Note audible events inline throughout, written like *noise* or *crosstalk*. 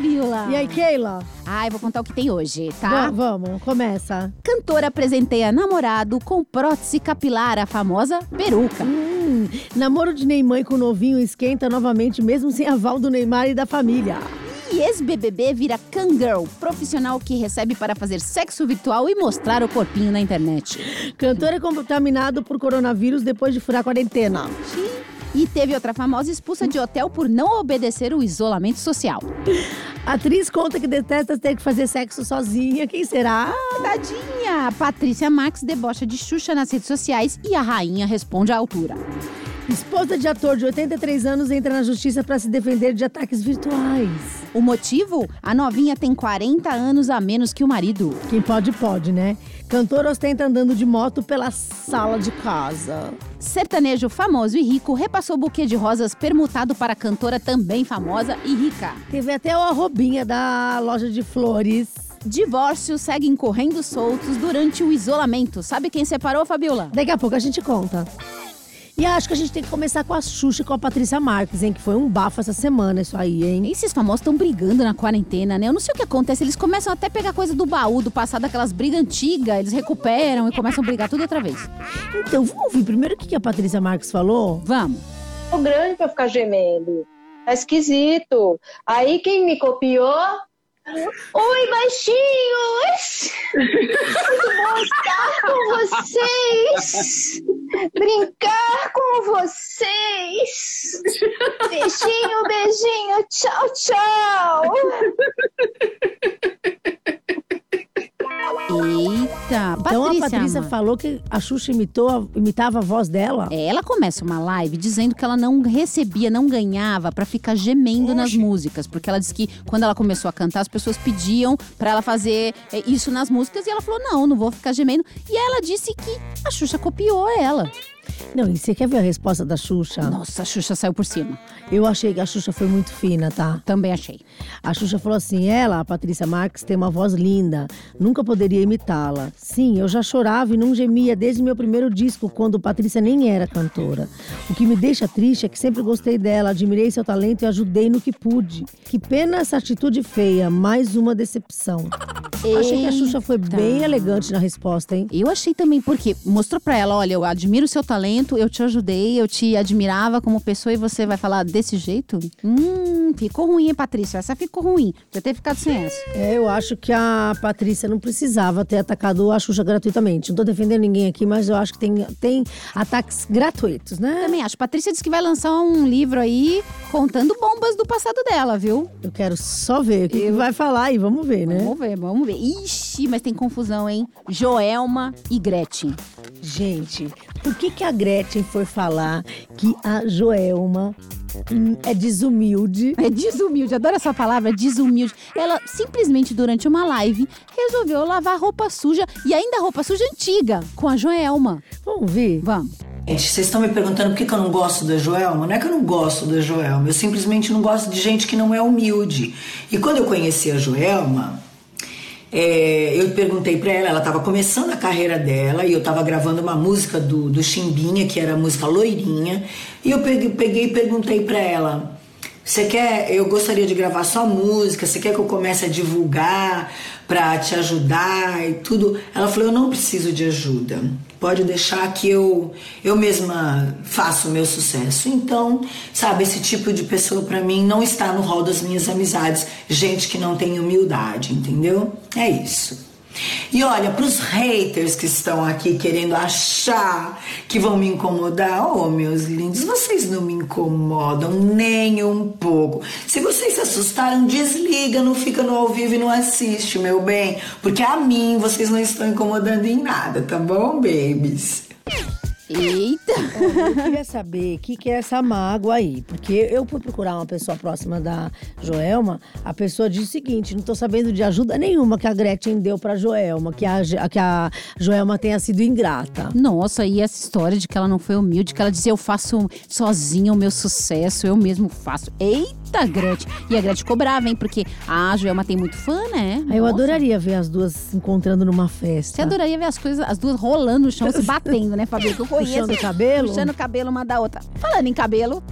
Keila. E aí, Keila? Ai, Ah, vou contar o que tem hoje, Ah. tá? Va- Vamos, começa. Cantora presenteia namorado com prótese capilar, a famosa peruca. Hum, namoro de Neymar com o novinho esquenta novamente, mesmo sem aval do Neymar e da família. E ex-BBB vira Kangirl, profissional que recebe para fazer sexo virtual e mostrar o corpinho na internet. Cantor é contaminado por coronavírus depois de furar a quarentena. E teve outra famosa expulsa de hotel por não obedecer o isolamento social. Atriz conta que detesta ter que fazer sexo sozinha. Quem será? Tadinha! Patrícia Max debocha de Xuxa nas redes sociais e a rainha responde à altura. Esposa de ator de 83 anos entra na justiça para se defender de ataques virtuais. O motivo? A novinha tem 40 anos a menos que o marido. Quem pode, pode, né? Cantor ostenta andando de moto pela sala de casa. Sertanejo famoso e rico repassou buquê de rosas permutado para cantora também famosa e rica. Teve até a roubinha da loja de flores. Divórcios seguem correndo soltos durante o isolamento. Sabe quem separou, Fabiola? Daqui a pouco a gente conta. E acho que a gente tem que começar com a Xuxa e com a Patrícia Marques, hein? Que foi um bafo essa semana isso aí, hein? Esses famosos estão brigando na quarentena, né? Eu não sei o que acontece. Eles começam até a pegar coisa do baú, do passado, aquelas brigas antigas. Eles recuperam e começam a brigar tudo outra vez. Então, vamos ouvir primeiro o que que a Patrícia Marques falou? Vamos. muito grande para ficar gemendo. Tá esquisito. Aí quem me copiou? Oi, baixinhos! Muito bom estar com vocês! Brincar com vocês! Beijinho, beijinho, tchau, tchau! Eita, Então Patrícia. a Patrícia mano. falou que a Xuxa imitou, a- imitava a voz dela. É, Ela começa uma live dizendo que ela não recebia, não ganhava pra ficar gemendo nas músicas, porque ela disse que quando ela começou a cantar as pessoas pediam pra ela fazer é, isso nas músicas e ela falou não, não vou ficar gemendo. E ela disse que a Xuxa copiou ela. Não, e você quer ver a resposta da Xuxa? Nossa, a Xuxa saiu por cima. Eu achei que a Xuxa foi muito fina, tá? Também achei. A Xuxa falou assim: ela, a Patrícia Marques, tem uma voz linda, nunca poderia imitá-la. Sim, eu já chorava e não gemia desde meu primeiro disco, quando Patrícia nem era cantora. O que me deixa triste é que sempre gostei dela, admirei seu talento e ajudei no que pude. Que pena essa atitude feia, mais uma decepção. Achei que a Xuxa foi Eita. bem elegante na resposta, hein? Eu achei também, porque mostrou pra ela, olha, eu admiro o seu talento, eu te ajudei, eu te admirava como pessoa e você vai falar desse jeito? Hum, ficou ruim, hein, Patrícia? Essa ficou ruim. Podia ter ficado sem essa. É, eu acho que a Patrícia não precisava ter atacado a Xuxa gratuitamente. Não tô defendendo ninguém aqui, mas eu acho que tem, tem ataques gratuitos, né? Também acho. Patrícia disse que vai lançar um livro aí contando bombas do passado dela, viu? Eu quero só ver o que, que vai falar aí, vamos ver, né? Vamos ver, vamos ver. Ixi, mas tem confusão, hein? Joelma e Gretchen. Gente, por que, que a Gretchen foi falar que a Joelma hum, é desumilde? É desumilde, adoro essa palavra, desumilde. Ela simplesmente, durante uma live, resolveu lavar roupa suja e ainda roupa suja antiga com a Joelma. Vamos ver? Vamos. Gente, vocês estão me perguntando por que, que eu não gosto da Joelma? Não é que eu não gosto da Joelma, eu simplesmente não gosto de gente que não é humilde. E quando eu conheci a Joelma, é, eu perguntei pra ela, ela estava começando a carreira dela e eu estava gravando uma música do, do Chimbinha, que era a música Loirinha, e eu peguei, peguei e perguntei pra ela. Você quer? Eu gostaria de gravar só música. Você quer que eu comece a divulgar pra te ajudar e tudo? Ela falou: Eu não preciso de ajuda. Pode deixar que eu eu mesma faço o meu sucesso. Então, sabe, esse tipo de pessoa pra mim não está no rol das minhas amizades. Gente que não tem humildade, entendeu? É isso. E olha, pros haters que estão aqui querendo achar que vão me incomodar, ô meus lindos, vocês não me incomodam nem um pouco. Se vocês se assustaram, desliga, não fica no ao vivo e não assiste, meu bem. Porque a mim vocês não estão incomodando em nada, tá bom, babies? Eita! Eu queria saber o que, que é essa mágoa aí. Porque eu fui procurar uma pessoa próxima da Joelma, a pessoa disse o seguinte: não tô sabendo de ajuda nenhuma que a Gretchen deu pra Joelma, que a, Je- que a Joelma tenha sido ingrata. Nossa, e essa história de que ela não foi humilde, que ela dizia eu faço sozinha o meu sucesso, eu mesmo faço. Eita, Gretchen! E a Gretchen cobrava, hein? Porque a Joelma tem muito fã, né? Aí Ah, eu Nossa. adoraria ver as duas se encontrando numa festa. Você adoraria ver as coisas, as duas rolando *laughs* no chão, se batendo, né, Fabio? Que eu conheço. Puxando o cabelo? Puxando o cabelo uma da outra. Falando em cabelo,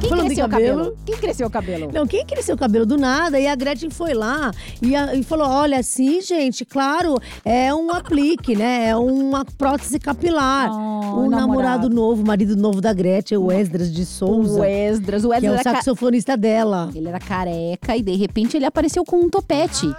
Quem Falando em cresceu o cabelo- cabelo? Quem cresceu o cabelo? Não, quem cresceu o cabelo do nada? E a Gretchen foi lá e, a- e falou: olha, assim, gente, claro, é um aplique, né? É uma prótese capilar. Oh, o namorado. namorado. novo, marido novo da Gretchen, o Esdras de Souza, O Esdras. O que é Esdras o era, ca- saxofonista dela. ele era careca e de repente ele apareceu com um topete.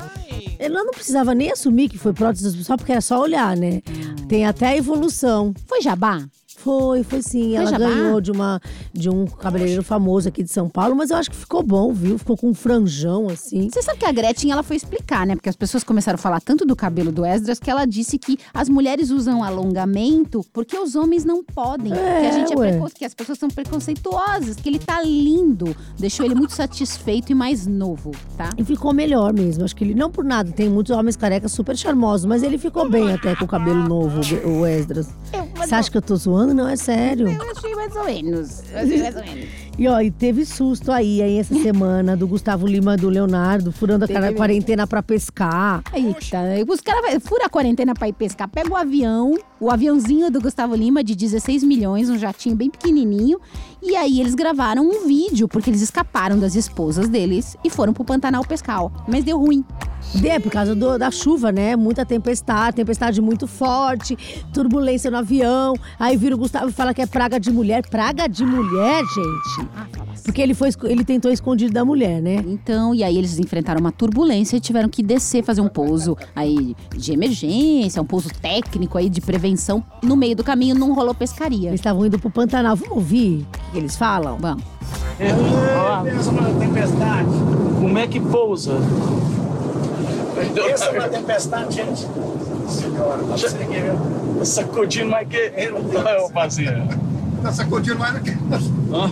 Ela não precisava nem assumir que foi prótese, só porque era só olhar, né? Tem até a evolução. Foi jabá? Foi, foi sim. Ela jabá? ganhou de, uma, de um cabeleireiro famoso aqui de São Paulo, mas eu acho que ficou bom, viu? Ficou com um franjão, assim. Você sabe que a Gretchen ela foi explicar, né? Porque as pessoas começaram a falar tanto do cabelo do Esdras que ela disse que as mulheres usam alongamento porque os homens não podem. que a gente é ué. preconce... que as pessoas são preconceituosas, que ele tá lindo. Deixou ele muito satisfeito e mais novo, tá? E ficou melhor mesmo. Acho que ele, não por nada, tem muitos homens carecas super charmosos, mas ele ficou bem até com o cabelo novo, o Esdras. Você acha que eu tô zoando? Não, é sério. Eu achei mais ou menos. Eu achei mais ou menos. E ó, e teve susto aí, aí essa semana, do Gustavo Lima e do Leonardo, furando a cara- quarentena pra pescar. Eita, os caras vai- fura a quarentena pra ir pescar. Pega o avião, o aviãozinho do Gustavo Lima de 16 milhões, um jatinho bem pequenininho. E aí eles gravaram um vídeo, porque eles escaparam das esposas deles e foram pro Pantanal pescar. ó. Mas deu ruim. É, por causa do- da chuva, né? Muita tempestade, tempestade muito forte, turbulência no avião. Aí vira o Gustavo e fala que é praga de mulher. Praga de mulher, gente? Porque ele, foi, esco- ele tentou escondido da mulher, né? Então, e aí eles enfrentaram uma turbulência e tiveram que descer, fazer um pouso aí de emergência, um pouso técnico aí de prevenção. No meio do caminho não rolou pescaria. Eles estavam indo pro Pantanal. Vamos ouvir o que eles falam? Vamos. Pensa na tempestade. Como é que pousa? Pensa na tempestade, gente. Senhora, não sei quem é. Sacudindo mais que eu, é, parceiro. Tá sacudindo mais do que. Ó.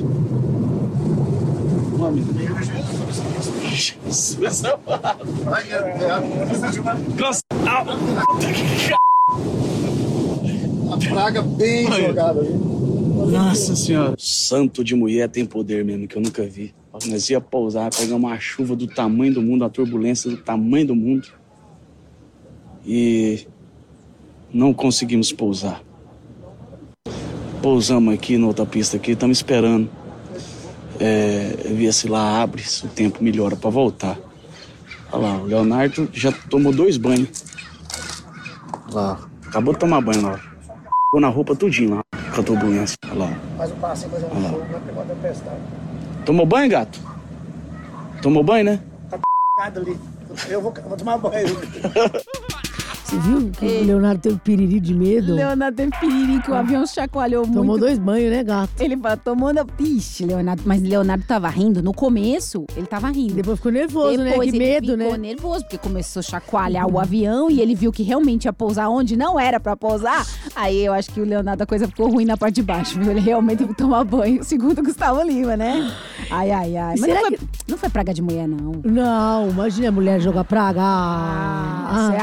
Ai, é, é Cansa- Au. a praga bem jogada. viu? Nossa senhora. Santo de mulher tem poder mesmo, que eu nunca vi. Nós ia pousar, pegar uma chuva do tamanho do mundo, uma turbulência do tamanho do mundo. E não conseguimos pousar. Pousamos aqui na outra pista aqui, estamos esperando. É, ver se lá abre, se o tempo melhora para voltar. Olha lá, o Leonardo já tomou dois banhos. Olha lá, acabou de tomar banho lá. Ficou na roupa tudinho lá, com a turbulência. Olha lá. Faz um passinho, faz um show, vai pegar a tempestade. Tomou banho, gato? Tomou banho, né? Cada ali. Eu vou, eu vou tomar banho. Você viu que o Leonardo teve piriri de medo? Leonardo teve piriri que o avião chacoalhou Tomou dois banhos, né, gato? Ele falou, tomou na. Ixi, Leonardo. Mas Leonardo tava rindo. No começo, ele tava E rindo. depois ficou nervoso, né? Depois Que ele medo, ficou né? nervoso, porque começou a chacoalhar o avião e ele viu que realmente ia pousar onde não era pra pousar. Aí eu acho que o Leonardo, a coisa ficou ruim na parte de baixo, viu? Ele realmente teve que tomar banho, *laughs* segundo o Gustavo Lima, né? Ai, ai, ai. Mas não Será foi, não foi praga de mulher, não. Não, imagina a mulher jogar praga. Ah, você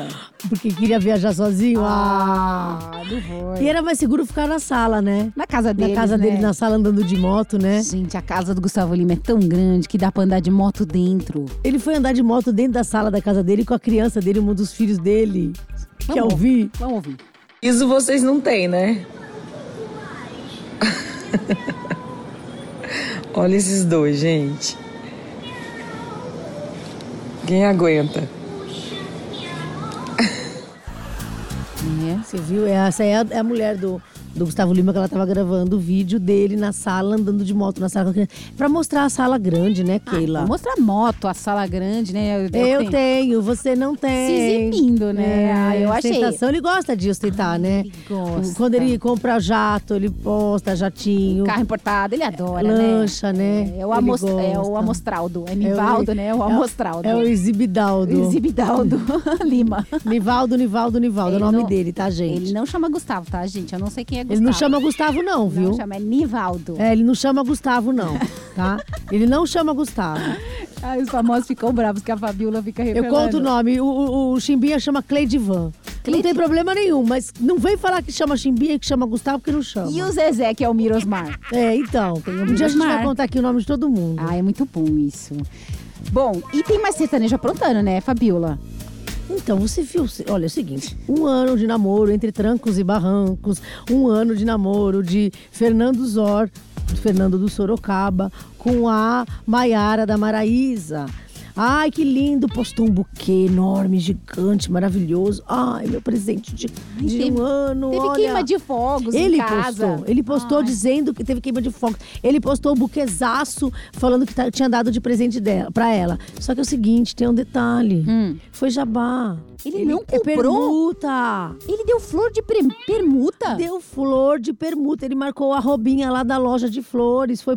acha? *laughs* Porque queria viajar sozinho. Ah. Ah, não foi. E era mais seguro ficar na sala, né? Na casa Na dele. casa né? dele, na sala, andando de moto, né? Gente, a casa do Gustavo Lima é tão grande que dá pra andar de moto dentro. Ele foi andar de moto dentro da sala da casa dele com a criança dele, um dos filhos dele. é Quer Vamos. ouvir? Vamos ouvir. Isso vocês não têm, né? *laughs* Olha esses dois, gente. Quem aguenta? É. Você viu? Essa é a, é a mulher do, do Gustavo Lima que ela tava gravando o vídeo dele na sala, andando de moto na sala com a criança. Pra mostrar a sala grande, né, Ah, Keila? Mostra a moto, a sala grande, né? eu tenho, você não tem. É, Se exibindo, né? Ah, eu achei. Ostentação, ele gosta de ostentar, né? ele gosta. Quando ele compra jato, ele posta jatinho. Carro importado, ele adora, Lancha, né? né? É o, Ele amos- é gosta. o Amostraldo. É Nivaldo, né? É o é Amostraldo. É o Exibidaldo. Exibidaldo *laughs* Lima. Nivaldo, Nivaldo, Nivaldo. É o Ele nome não- dele, tá, gente? Ele não chama Gustavo, tá, gente? Eu não sei quem é Gustavo. Ele não chama Gustavo, não, viu? Não chama, é Nivaldo. É, ele não chama Gustavo, não, *laughs* tá? ele não chama Gustavo. Ai, os famosos ficam bravos que a Fabiola fica Eu revelando. conto o nome. O, o, o Chimbinha chama Cleidivan. Não tem problema nenhum, mas não vem falar que chama Chimbinha, que chama Gustavo, que não chama. E o Zezé, que é o Mirosmar. É, então. Um dia a gente vai Mirosmar. contar aqui o nome de todo mundo. Ah, é muito bom isso. Bom, e tem mais sertanejo aprontando, né, Fabiola? Então, você viu. se- Olha, é o seguinte: um ano de namoro entre trancos e barrancos, um ano de namoro de Fernando Zor do Fernando do Sorocaba com a Maiara da Maraísa. Ai, que lindo! Postou um buquê enorme, gigante, maravilhoso. Ai, meu presente de, de teve- um ano. Teve olha. queima de fogos Ele em casa. postou, ele postou Ai. dizendo que teve queima de fogo. Ele postou o buquezaço falando que tá- tinha dado de presente dela, pra ela. Só que é o seguinte, tem um detalhe. Hum. Foi jabá. Ele não é comprou? permuta. Ele deu flor de pre- permuta? Deu flor de permuta. Ele marcou a robinha lá da loja de flores. Foi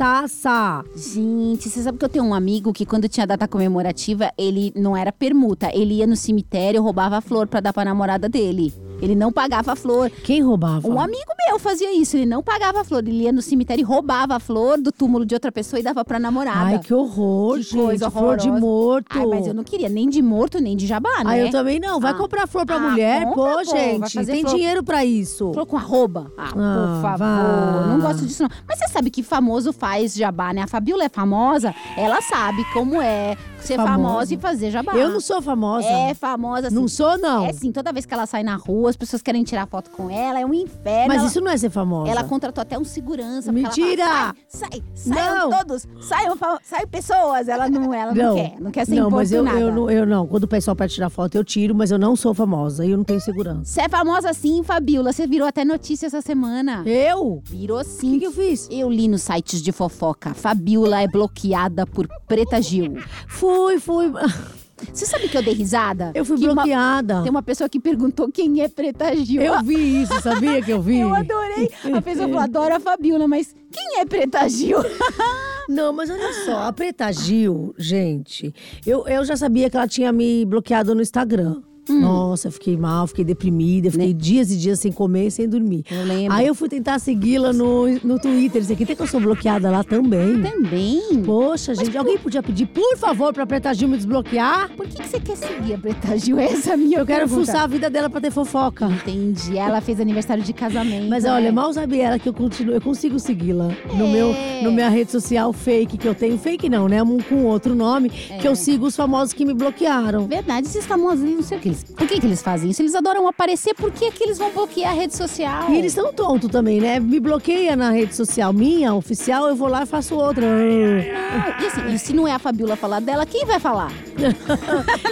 permutaça. Gente, você sabe que eu tenho um amigo que quando tinha data comemorativa, ele não era permuta. Ele ia no cemitério, roubava a flor pra dar pra namorada dele. Ele não pagava a flor. Quem roubava? Um amigo meu fazia isso, ele não pagava a flor. Ele ia no cemitério e roubava a flor do túmulo de outra pessoa e dava pra namorada. Ai, que horror, Que gente. coisa flor de horrorosa. morto. Ai, mas eu não queria nem de morto, nem de jabá, né? Ah, eu também não. Vai Ah. comprar flor pra Ah, mulher? compra, pô, pô. Vai gente. fazer Tem flor- dinheiro pra isso. Flor com arroba? Ah, por Tipo, Ah, favor. vá. Não gosto disso, não. Mas você sabe que famoso faz jabá, né? A Fabiola é famosa, ela sabe como é ser Famosa. famosa, e fazer jabá. Eu não sou famosa. É famosa, assim. Não sou, não. É sim, toda vez que ela sai na rua, as pessoas querem tirar foto com ela, é um inferno. Mas ela, isso não é ser famosa. ela contratou até um segurança. porque ela Mentira! fala, sai, sai, saiam Não! todos, saiam, fa- saiam pessoas. Ela não, ela não, quer, não quer ser Não, mas eu, importunada. eu, não, eu não. Quando o pessoal pede tirar foto, eu tiro, mas eu não sou famosa e eu não tenho segurança. Você é famosa sim, Fabiola. Você virou até notícia essa semana. Eu? Virou O sim. que, que eu fiz? Eu li nos sites de fofoca. Fabiola é bloqueada por Preta *laughs* Gil. Fui, fui. *laughs* Você sabe que eu dei risada? Eu fui Que uma- bloqueada. Tem uma pessoa que perguntou quem é Preta Gil. *laughs* Eu vi isso, sabia que eu vi? Eu adorei. A pessoa falou, adoro a Fabiola, mas quem é Preta Gil? *laughs* Não, mas olha só, a Preta Gil, gente, eu, eu já sabia que ela tinha me bloqueado no Instagram. Hum. Nossa, eu fiquei mal, fiquei deprimida, eu fiquei dias e dias sem comer e sem dormir. Né? Eu lembro. Aí eu fui tentar segui-la no, no Twitter. Isso aqui tem que eu sou bloqueada lá também. Também. Poxa, gente, alguém podia pedir, por favor, pra Preta Gil me desbloquear? Ah, Por que, que você quer seguir a Preta Gil? Essa é a minha Eu quero pergunta. fuçar a vida dela pra ter fofoca. Entendi. Ela fez aniversário de casamento. Mas olha, né? mal sabia ela que eu continuo, eu consigo segui-la no meu, no minha rede social fake que eu tenho, fake não, né? Um com outro nome que eu sigo os famosos que me bloquearam. É Verdade, esses famosos, não sei o que eles... Por que, que eles fazem isso? Eles adoram aparecer, por que, que eles vão bloquear a rede social? E eles são tontos também, né? Me bloqueia na rede social minha, oficial, eu vou lá e faço outra. Não, e assim, e se não é a Fabiola falar dela, quem vai falar?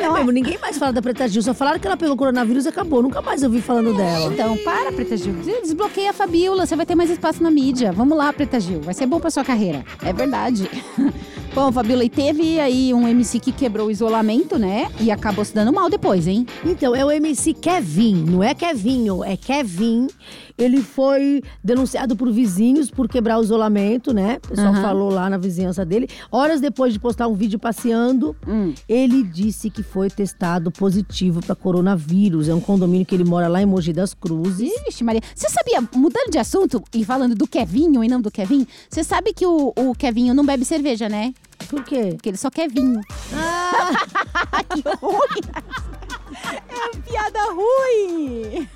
É mesmo, ninguém mais fala da Preta Gil, só falaram que ela pegou coronavírus e acabou. Nunca mais eu vi falando dela. Então, para, Preta Gil. Desbloqueia a Fabiola, você vai ter mais espaço na mídia. Vamos lá, Preta Gil. Vai ser bom pra sua carreira. É verdade. *laughs* Bom, Fabiola, e teve aí um MC que quebrou o isolamento, né? E acabou se dando mal depois, hein? Então, é o MC Kevin, não é Kevinho, é Kevin. Ele foi denunciado por vizinhos por quebrar o isolamento, né? O pessoal Aham. falou lá na vizinhança dele. Horas depois de postar um vídeo passeando, Hum. ele disse que foi testado positivo para coronavírus. É um condomínio que ele mora lá em Mogi das Cruzes. Ixi, Maria. Você sabia, mudando de assunto e falando do Kevinho e não do Kevin, você sabe que o, o Kevinho não bebe cerveja, né? Por quê? Porque ele só quer vinho. Ah! *laughs* Que ruim! É uma piada ruim!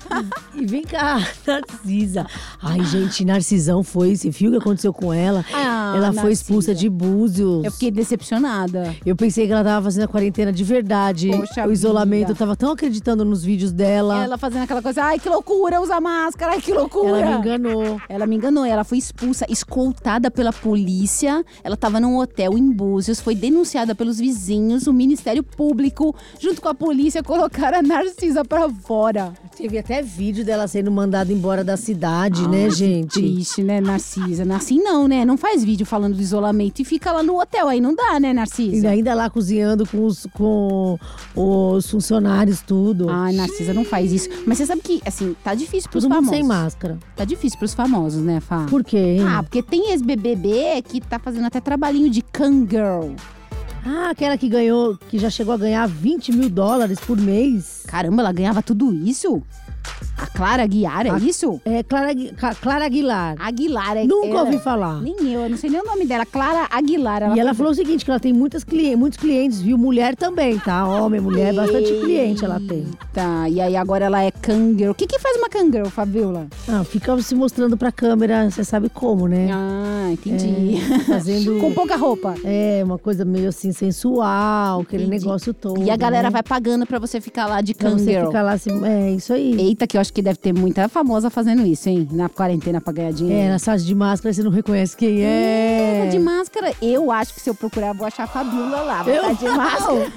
E vem *laughs* cá, Narcisa. Ai, gente, Narcisão foi esse fio que aconteceu com ela. Ah, ela foi Narcisa. expulsa de Búzios. Eu fiquei decepcionada. Eu pensei que ela tava fazendo a quarentena de verdade. Poxa o isolamento, vida. eu tava tão acreditando nos vídeos dela. Ela fazendo aquela coisa, ai que loucura, usa máscara, ai que loucura. Ela me enganou. Ela me enganou, ela foi expulsa, escoltada pela polícia. Ela estava num hotel em Búzios, foi denunciada pelos vizinhos, o Ministério Público, junto com a polícia, colocaram a Narcisa pra fora. Teve até vídeo dela sendo mandada embora da cidade, né, gente? Triste, né, Narcisa? Assim não, né? Não faz vídeo falando do isolamento e fica lá no hotel, aí não dá, né, E Narcisa? ainda lá cozinhando com os, com os funcionários, tudo. Ai, Narcisa, não faz isso. Mas você sabe que, assim, tá difícil pros Todo mundo famosos. sem máscara. Tá difícil pros famosos, né, Fá? Por quê, hein? Ah, porque tem ex-BBB que tá fazendo até trabalhinho de Kangirl. Ah, aquela que ganhou, que já chegou a ganhar 20 mil dólares por mês. Caramba, ela ganhava tudo isso? A Clara Aguiar, é A- isso? É Clara, Agui- Ca- Clara Aguilar. Aguilar, é Nunca ela- ouvi falar. Nem eu, eu não sei nem o nome dela. Clara Aguilar. e ela falou o seguinte, que ela tem muitas clientes, muitos clientes, viu? Mulher também, tá? Homem, mulher, bastante cliente ela tem. Tá, e aí agora ela é Kangirl. O que que faz uma Kangirl, Fabiola? Ah, fica se mostrando pra câmera, você sabe como, né? Ah, entendi. É, *laughs* fazendo- Com pouca roupa. É, uma coisa meio assim, sensual, aquele Entendi. negócio todo. E a galera né? vai pagando pra você ficar lá de Pra você Kangirl. ficar lá assim, é isso aí. Eita, que eu acho acho que deve ter muita famosa fazendo isso, hein? Na quarentena pra ganhar É, dinheiro. na sala de máscara você não reconhece quem é. Tá De máscara, eu acho que se eu procurar, vou achar a Fabiola lá. Vou Eu tá de não. *laughs* máscara.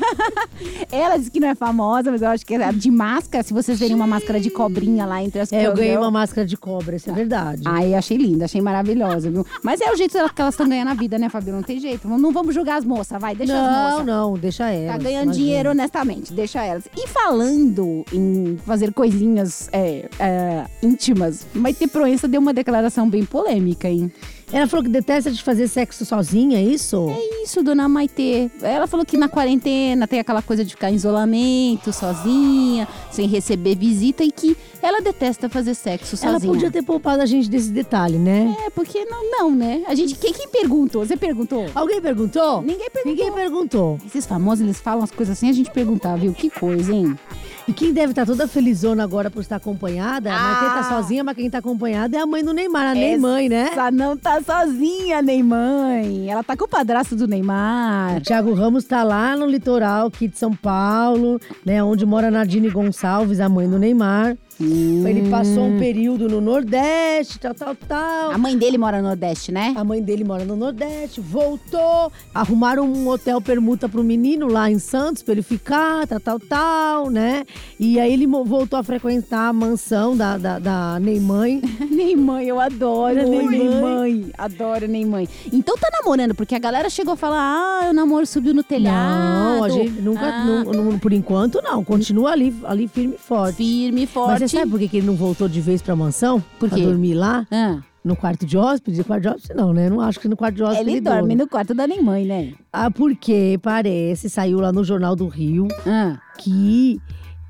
Ela disse que não é famosa, mas eu acho que era de máscara. Se vocês verem uma máscara de cobrinha lá entre as É, eu pessoas, ganhei uma máscara de cobra, isso é verdade. Ai, achei linda, achei maravilhosa, viu? Mas é o jeito que elas estão ganhando a vida, né, Fabiola? Não tem jeito. Não vamos julgar as moças, vai, deixa as não, moças. não, deixa ela. Tá ganhando dinheiro honestamente, deixa elas. E falando em fazer coisinhas é, é, íntimas, Maite Proença deu uma declaração bem polêmica, hein? Ela falou que detesta de fazer sexo sozinha, é isso? Isso, dona Maite. Ela falou que na quarentena tem aquela coisa de ficar em isolamento, sozinha, sem receber visita e que ela detesta fazer sexo sozinha. Ela podia ter poupado a gente desse detalhe, né? É, porque não, não, né? A gente. Quem, quem perguntou? Você perguntou? Alguém perguntou? Ninguém perguntou. Ninguém perguntou. Esses famosos, eles falam as coisas sem a gente perguntar, viu? Que coisa, hein? E quem deve estar toda felizona agora por estar acompanhada, Ah. mas quem tá sozinha, mas quem tá acompanhada é a mãe do Neymar, a Neymar, né? *laughs* Ela não tá sozinha, Neymar. Ela tá com o padrasto do Neymar. O Thiago Ramos tá lá no litoral aqui de São Paulo, né? Onde mora Nadine Gonçalves, a mãe do Neymar. Hum. Ele passou um período no Nordeste, tal, tal, tal. A mãe dele mora no Nordeste, né? *laughs* A mãe dele mora no Nordeste, voltou, arrumaram um hotel permuta pro menino lá em Santos pra ele ficar, tal, tal, tal, né? E aí ele mo- voltou a frequentar a mansão da, da, da *laughs* Neymar. Neymar, eu adoro. Oi, Oi, Neymar. Neymar. Adoro Neymar. Então tá namorando, porque a galera chegou a falar: ah, o namoro subiu no telhado. Não, a gente nunca, Ah, nu- nu- por enquanto não, continua ali, ali firme e forte. Firme, e Mas forte. você sabe por que que ele não voltou de vez pra mansão? Por Pra quê? dormir lá? Ah, No quarto de hóspede? No quarto de hóspede não, né? Não acho que no quarto de hóspede ele, ele, dorme durma. no quarto da Neymar, né? Ah, porque parece, saiu lá no Jornal do Rio, Ah, que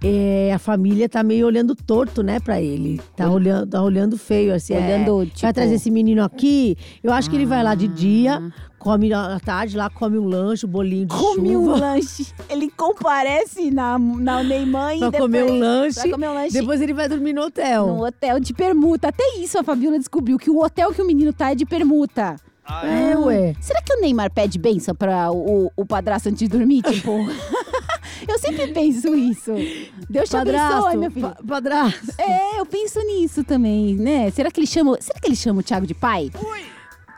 é, a família tá meio olhando torto, né, pra ele. Tá, olhando, tá olhando feio, assim. é, Olhando, Uhum. tipo- Uhum. Vai trazer esse menino aqui. Eu acho que ele vai lá de dia, come à tarde lá, come um lanche, um bolinho de come um *laughs* chuva. lanche. Ele comparece na, na Neymar e Pra depois, comer um lanche. Pra comer um lanche. Depois ele vai dormir no hotel. No hotel de permuta. Até isso a Fabiola descobriu, que o hotel que o menino tá é de permuta. É, ué. Ah, Será que o Neymar pede benção pra o, o padrasto antes de dormir? *laughs* Tipo. eu sempre penso isso. Deus te abençoe, meu filho. pa- padrasto. É, eu penso nisso também, né? Será que ele chama. Será que ele chama o Thiago de pai?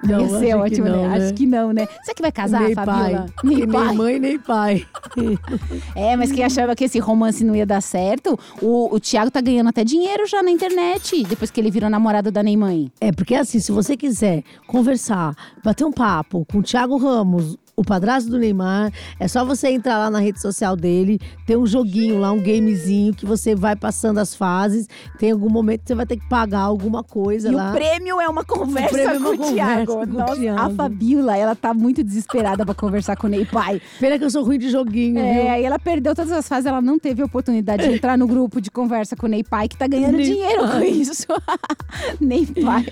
Não, Ia ser acho ótimo, que não, né? né? Acho que não, né? Será que vai casar, nem Fabiola? pai. Nem, mãe, nem pai. *laughs* É, mas quem achava que esse romance não ia dar certo, o, o Thiago tá ganhando até dinheiro já na internet, depois que ele virou namorado da Neymar. É, porque assim, se você quiser conversar, bater um papo com o Thiago Ramos, o padrasto do Neymar, é só você entrar lá na rede social dele, tem um joguinho lá, um gamezinho que você vai passando as fases, tem algum momento que você vai ter que pagar alguma coisa E *laughs* lá. o prêmio é uma O conversa prêmio é uma com o conversa Thiago. com o Nossa, A Thiago. Fabiola, ela tá muito desesperada pra conversar com o Ney Pai. Pena que eu sou ruim de joguinho, *laughs* É, viu? aí ela perdeu todas as fases, ela não teve a oportunidade de entrar no grupo de conversa com o Ney Pai, que tá ganhando Ney dinheiro com isso. *laughs* Ney Pai.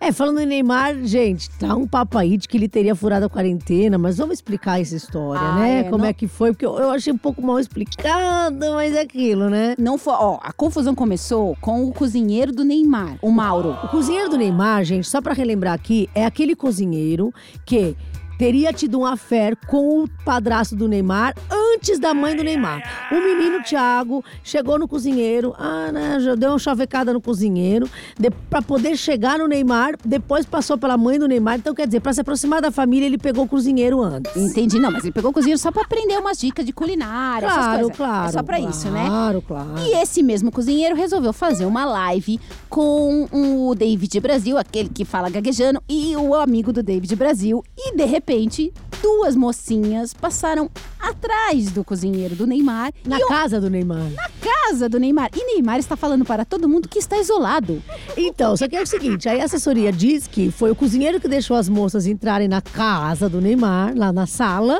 É, falando em Neymar, gente, tá um papo aí de que ele teria furado a quarentena, mas vamos explicar essa história, Ah, né? é, Como não- é que foi, porque eu, eu achei um pouco mal explicado, mas é aquilo, né? Não foi, ó, a confusão começou com o cozinheiro do Neymar, o Mauro. O cozinheiro do Neymar, gente, só pra relembrar aqui, é aquele cozinheiro que teria tido um affair com o padrasto do Neymar antes da mãe do Neymar. O menino Thiago chegou no cozinheiro, ah, né, já deu uma chavecada no cozinheiro, de, pra poder chegar no Neymar, depois passou pela mãe do Neymar. Então, quer dizer, pra se aproximar da família, ele pegou o cozinheiro antes. Entendi, não, mas ele pegou o cozinheiro só pra aprender umas dicas de culinária, essas Claro, coisas. claro. É só pra isso, né? Claro, claro. E esse mesmo cozinheiro resolveu fazer uma live com o David Brasil, aquele que fala gaguejando, e o amigo do David Brasil. E de repente, duas mocinhas passaram atrás do cozinheiro do Neymar Na e o casa do Neymar. casa do Neymar. E Neymar está falando para todo mundo que está isolado. Então, só que é o seguinte, aí a assessoria diz que foi o cozinheiro que deixou as moças entrarem na casa do Neymar, lá na sala,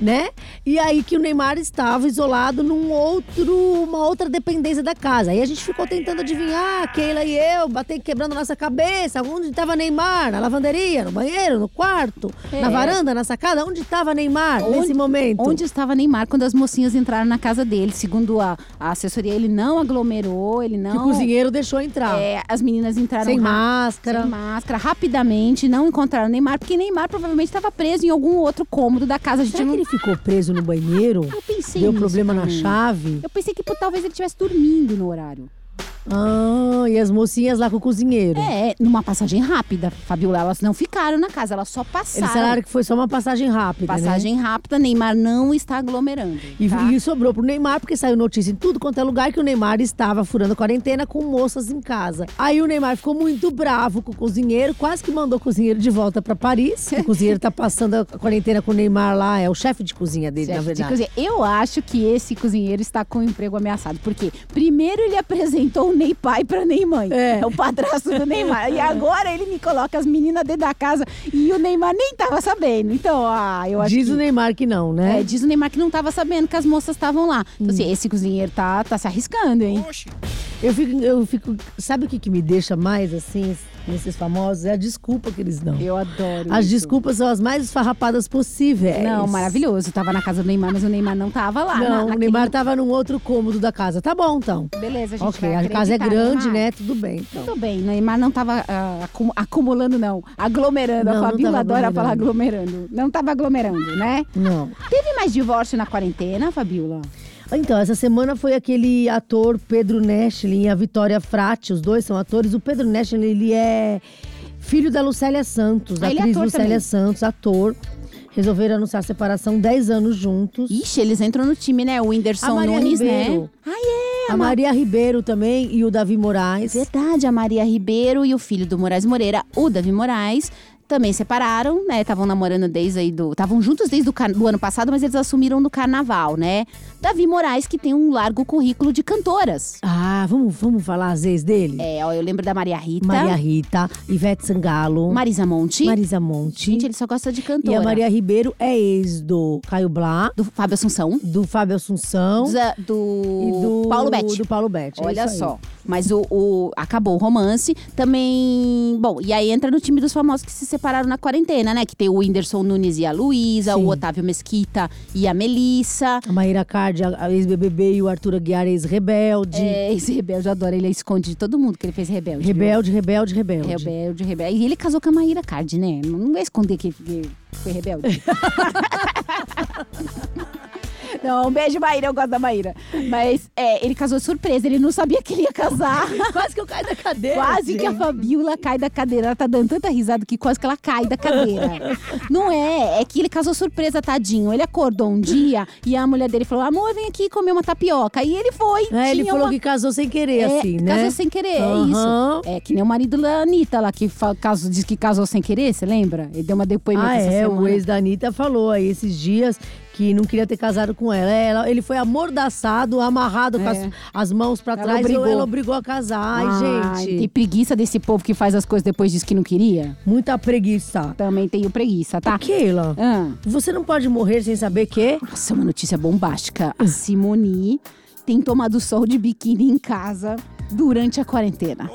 né? E aí que o Neymar estava isolado num outro, uma outra dependência da casa. Aí a gente ficou tentando adivinhar, "Ah, Keila e eu, bater quebrando nossa cabeça, onde estava Neymar? Na lavanderia, no banheiro, no quarto, na varanda, na sacada, onde estava Neymar nesse momento? É. Onde estava Neymar quando as mocinhas entraram na casa dele? Segundo a, a assessoria, ele não aglomerou, ele não. que o cozinheiro deixou entrar. É, as meninas entraram sem ra- máscara. sem máscara, rapidamente, não encontraram Neymar, porque Neymar provavelmente estava preso em algum outro cômodo da casa. A gente Será que não... ele ficou preso no banheiro? Eu pensei Deu nisso problema na também. chave? Eu pensei que pô, talvez ele estivesse dormindo no horário. Ah, e as mocinhas lá com o cozinheiro. É, numa passagem rápida, Fabiola. Elas não ficaram na casa, elas só Eles passaram. falaram que foi só uma passagem rápida, né? Passagem rápida, Neymar não está aglomerando. E, tá? e sobrou pro Neymar, porque saiu notícia em tudo quanto é lugar que o Neymar estava furando quarentena com moças em casa. Aí o Neymar ficou muito bravo com o cozinheiro, quase que mandou o cozinheiro de volta pra Paris. O cozinheiro tá passando a quarentena com o Neymar lá, é o chefe de cozinha dele, Chefe na de verdade. cozinha. Eu acho que esse cozinheiro está com o emprego ameaçado. Porque primeiro ele apresentou o Ney pai para Ney mãe. É. o padrasto do Neymar. *laughs* e agora ele me coloca as meninas dentro da casa e o Neymar nem tava sabendo. Então, ah, eu acho Diz que... o Neymar que não, né? Hum. É, diz o Neymar que não tava sabendo que as moças estavam lá. Então, assim, esse cozinheiro tá, tá se arriscando, hein? Eu fico, eu fico. Sabe o que, que me deixa mais assim, nesses famosos? É a desculpa que eles dão. Eu adoro. As isso. É desculpas são as mais esfarrapadas possíveis. Não, maravilhoso. Tava na casa do Neymar, mas o Neymar Ah, não tava lá. na- é Não, o naquele- Neymar tava num outro cômodo da casa. Tá bom, então. Beleza, a gente Ok, vai a casa é acreditar, grande, Neymar. né? Tudo bem, então. Tudo bem, Neymar não estava acumulando, não. Aglomerando. Não, a não Fabíola tava adora falar aglomerando. Não estava aglomerando, né? Não. Teve mais divórcio na quarentena, Fabíola? Então, essa semana foi aquele ator Pedro Nestlin e a Vitória Frati, os dois são atores. O Pedro Nestlin, ele é filho da Lucélia Santos, da Ah, ele é atriz ator Lucélia também. Santos, ator. Resolveram anunciar a separação 10 anos juntos. Ixi, eles entram no time, né? O A Whindersson Maria Nunes, né? Ribeiro. Ai, é! A Maria Ribeiro também e o Davi Moraes. Verdade, a Maria Ribeiro e o filho do Moraes Moreira, o Davi Moraes, também separaram, né? Estavam namorando desde aí do. Estavam juntos desde o car- do ano passado, mas eles assumiram no carnaval, né? Davi Moraes, que tem um largo currículo de cantoras. Ah, vamos, vamos falar às vezes dele? É, então? ó, eu lembro da Maria Rita. Maria Rita, Ivete Sangalo, Marisa Monte. Marisa Monte. Gente, ele só gosta de cantora. e a Maria Ribeiro é ex do Caio Blá, Do Fábio Assunção. do Fábio Assunção Do, Zé- do e do Paulo Betti. Do Paulo Betti. é Olha isso aí. só. Mas o, o- acabou o romance. Também. Bom, e aí entra no time dos famosos que se separaram na quarentena, né? Que tem o Whindersson Nunes e a Luísa, Sim. o Otávio Mesquita e a Melissa. A Maíra Cardi, a a ex-BBB, e o Arthur Aguiar, ex-rebelde. É, esse rebelde, eu adoro. Ele esconde de todo mundo que ele fez rebelde. viu? Rebelde, rebelde, rebelde. Rebelde, rebelde. E ele casou com a Maíra Cardi, né? Não vai esconder que que foi rebelde. *laughs* Não, um beijo, Maíra. Eu gosto da Maíra. Mas é, ele casou surpresa, ele não sabia que ele ia *laughs* casar. Quase que eu caio da cadeira. Quase que a Fabiola cai da cadeira. Ela tá dando tanta risada que quase que ela cai da cadeira. Não é, é que ele casou surpresa, tadinho. Ele acordou um dia e a mulher dele falou: amor, vem aqui comer uma tapioca. E ele foi. É, ele tinha falou uma- que casou sem querer, é, assim, né? Casou sem querer, Aham. é isso. É que nem o marido da Anitta lá, que fa- caso, diz que casou sem querer, você lembra? Ele deu uma depoimento Ah, essa é, semana. o ex da Anitta falou aí esses dias que não queria ter casado com ela. É, ela- ele foi amordaçado, amarrado com as, É. as mãos pra Ela trás obrigou. e ela obrigou a casar. Ai, gente, Tem preguiça desse povo que faz as coisas depois diz que não queria? muita preguiça. Também tenho preguiça, tá? Keila, Ah. você não pode morrer sem saber que... Nossa, uma notícia bombástica. A Simone tem tomado sol de biquíni em casa durante a quarentena.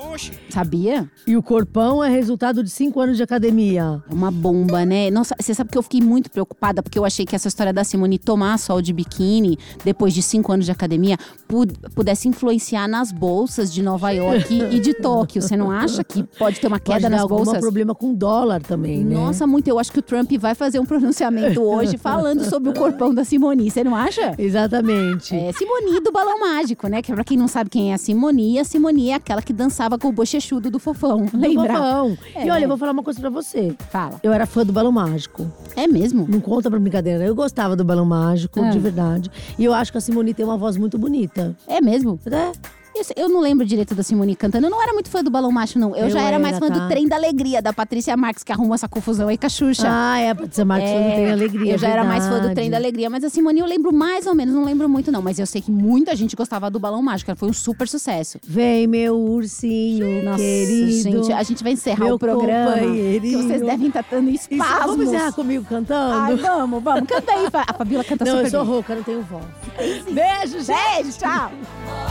Sabia? E o corpão é resultado de cinco anos de academia. É uma bomba, né? Nossa, você sabe que eu fiquei muito preocupada porque eu achei que essa história da Simone tomar sol de biquíni depois de cinco anos de academia pu- pudesse influenciar nas bolsas de Nova York e de Tóquio. Você não acha que pode ter uma Pode queda dar nas algum bolsas? problema com dólar também, né? Nossa, muito. Eu acho que o Trump vai fazer um pronunciamento hoje falando sobre o corpão da Simone. Você não acha? Exatamente. É Simoni do Balão Mágico, né? Que pra quem não sabe quem é a Simoni, a Simoni é aquela que dançava com o bochechudo do Fofão. Lembra? Bobão. É. E olha, eu vou falar uma coisa pra você. Fala. Eu era fã do Balão Mágico. É mesmo? Não conta pra brincadeira. Eu gostava do Balão Mágico, Ah. de verdade. E eu acho que a Simone tem uma voz muito bonita. É mesmo? Né? Eu, sei- eu não lembro direito da Simoni cantando. Eu não era muito fã do Balão Mágico, não. Eu, Eu já era era, mais fã do tá? Trem da Alegria, da Patrícia Marques, que arrumou essa confusão aí com a Xuxa. Ah, é, a Patrícia Marques É, não tem alegria. Eu já era mais fã do Trem da alegria. Alegria, mas a Simone eu lembro mais ou menos, não lembro muito não. Mas eu sei que muita gente gostava do Balão Mágico, ela foi um super sucesso. Vem, meu ursinho Nossa, querido. gente, é a gente vai encerrar meu o programa. Que companheirinho. vocês devem estar dando Isso, Vamos espasmos. encerrar comigo Ai, cantando? vamos, vamos. Canta aí. Fa- A Fabiola canta não, super eu sou bem. rouca, não tenho voz. Beijo, gente! Beijo, tchau.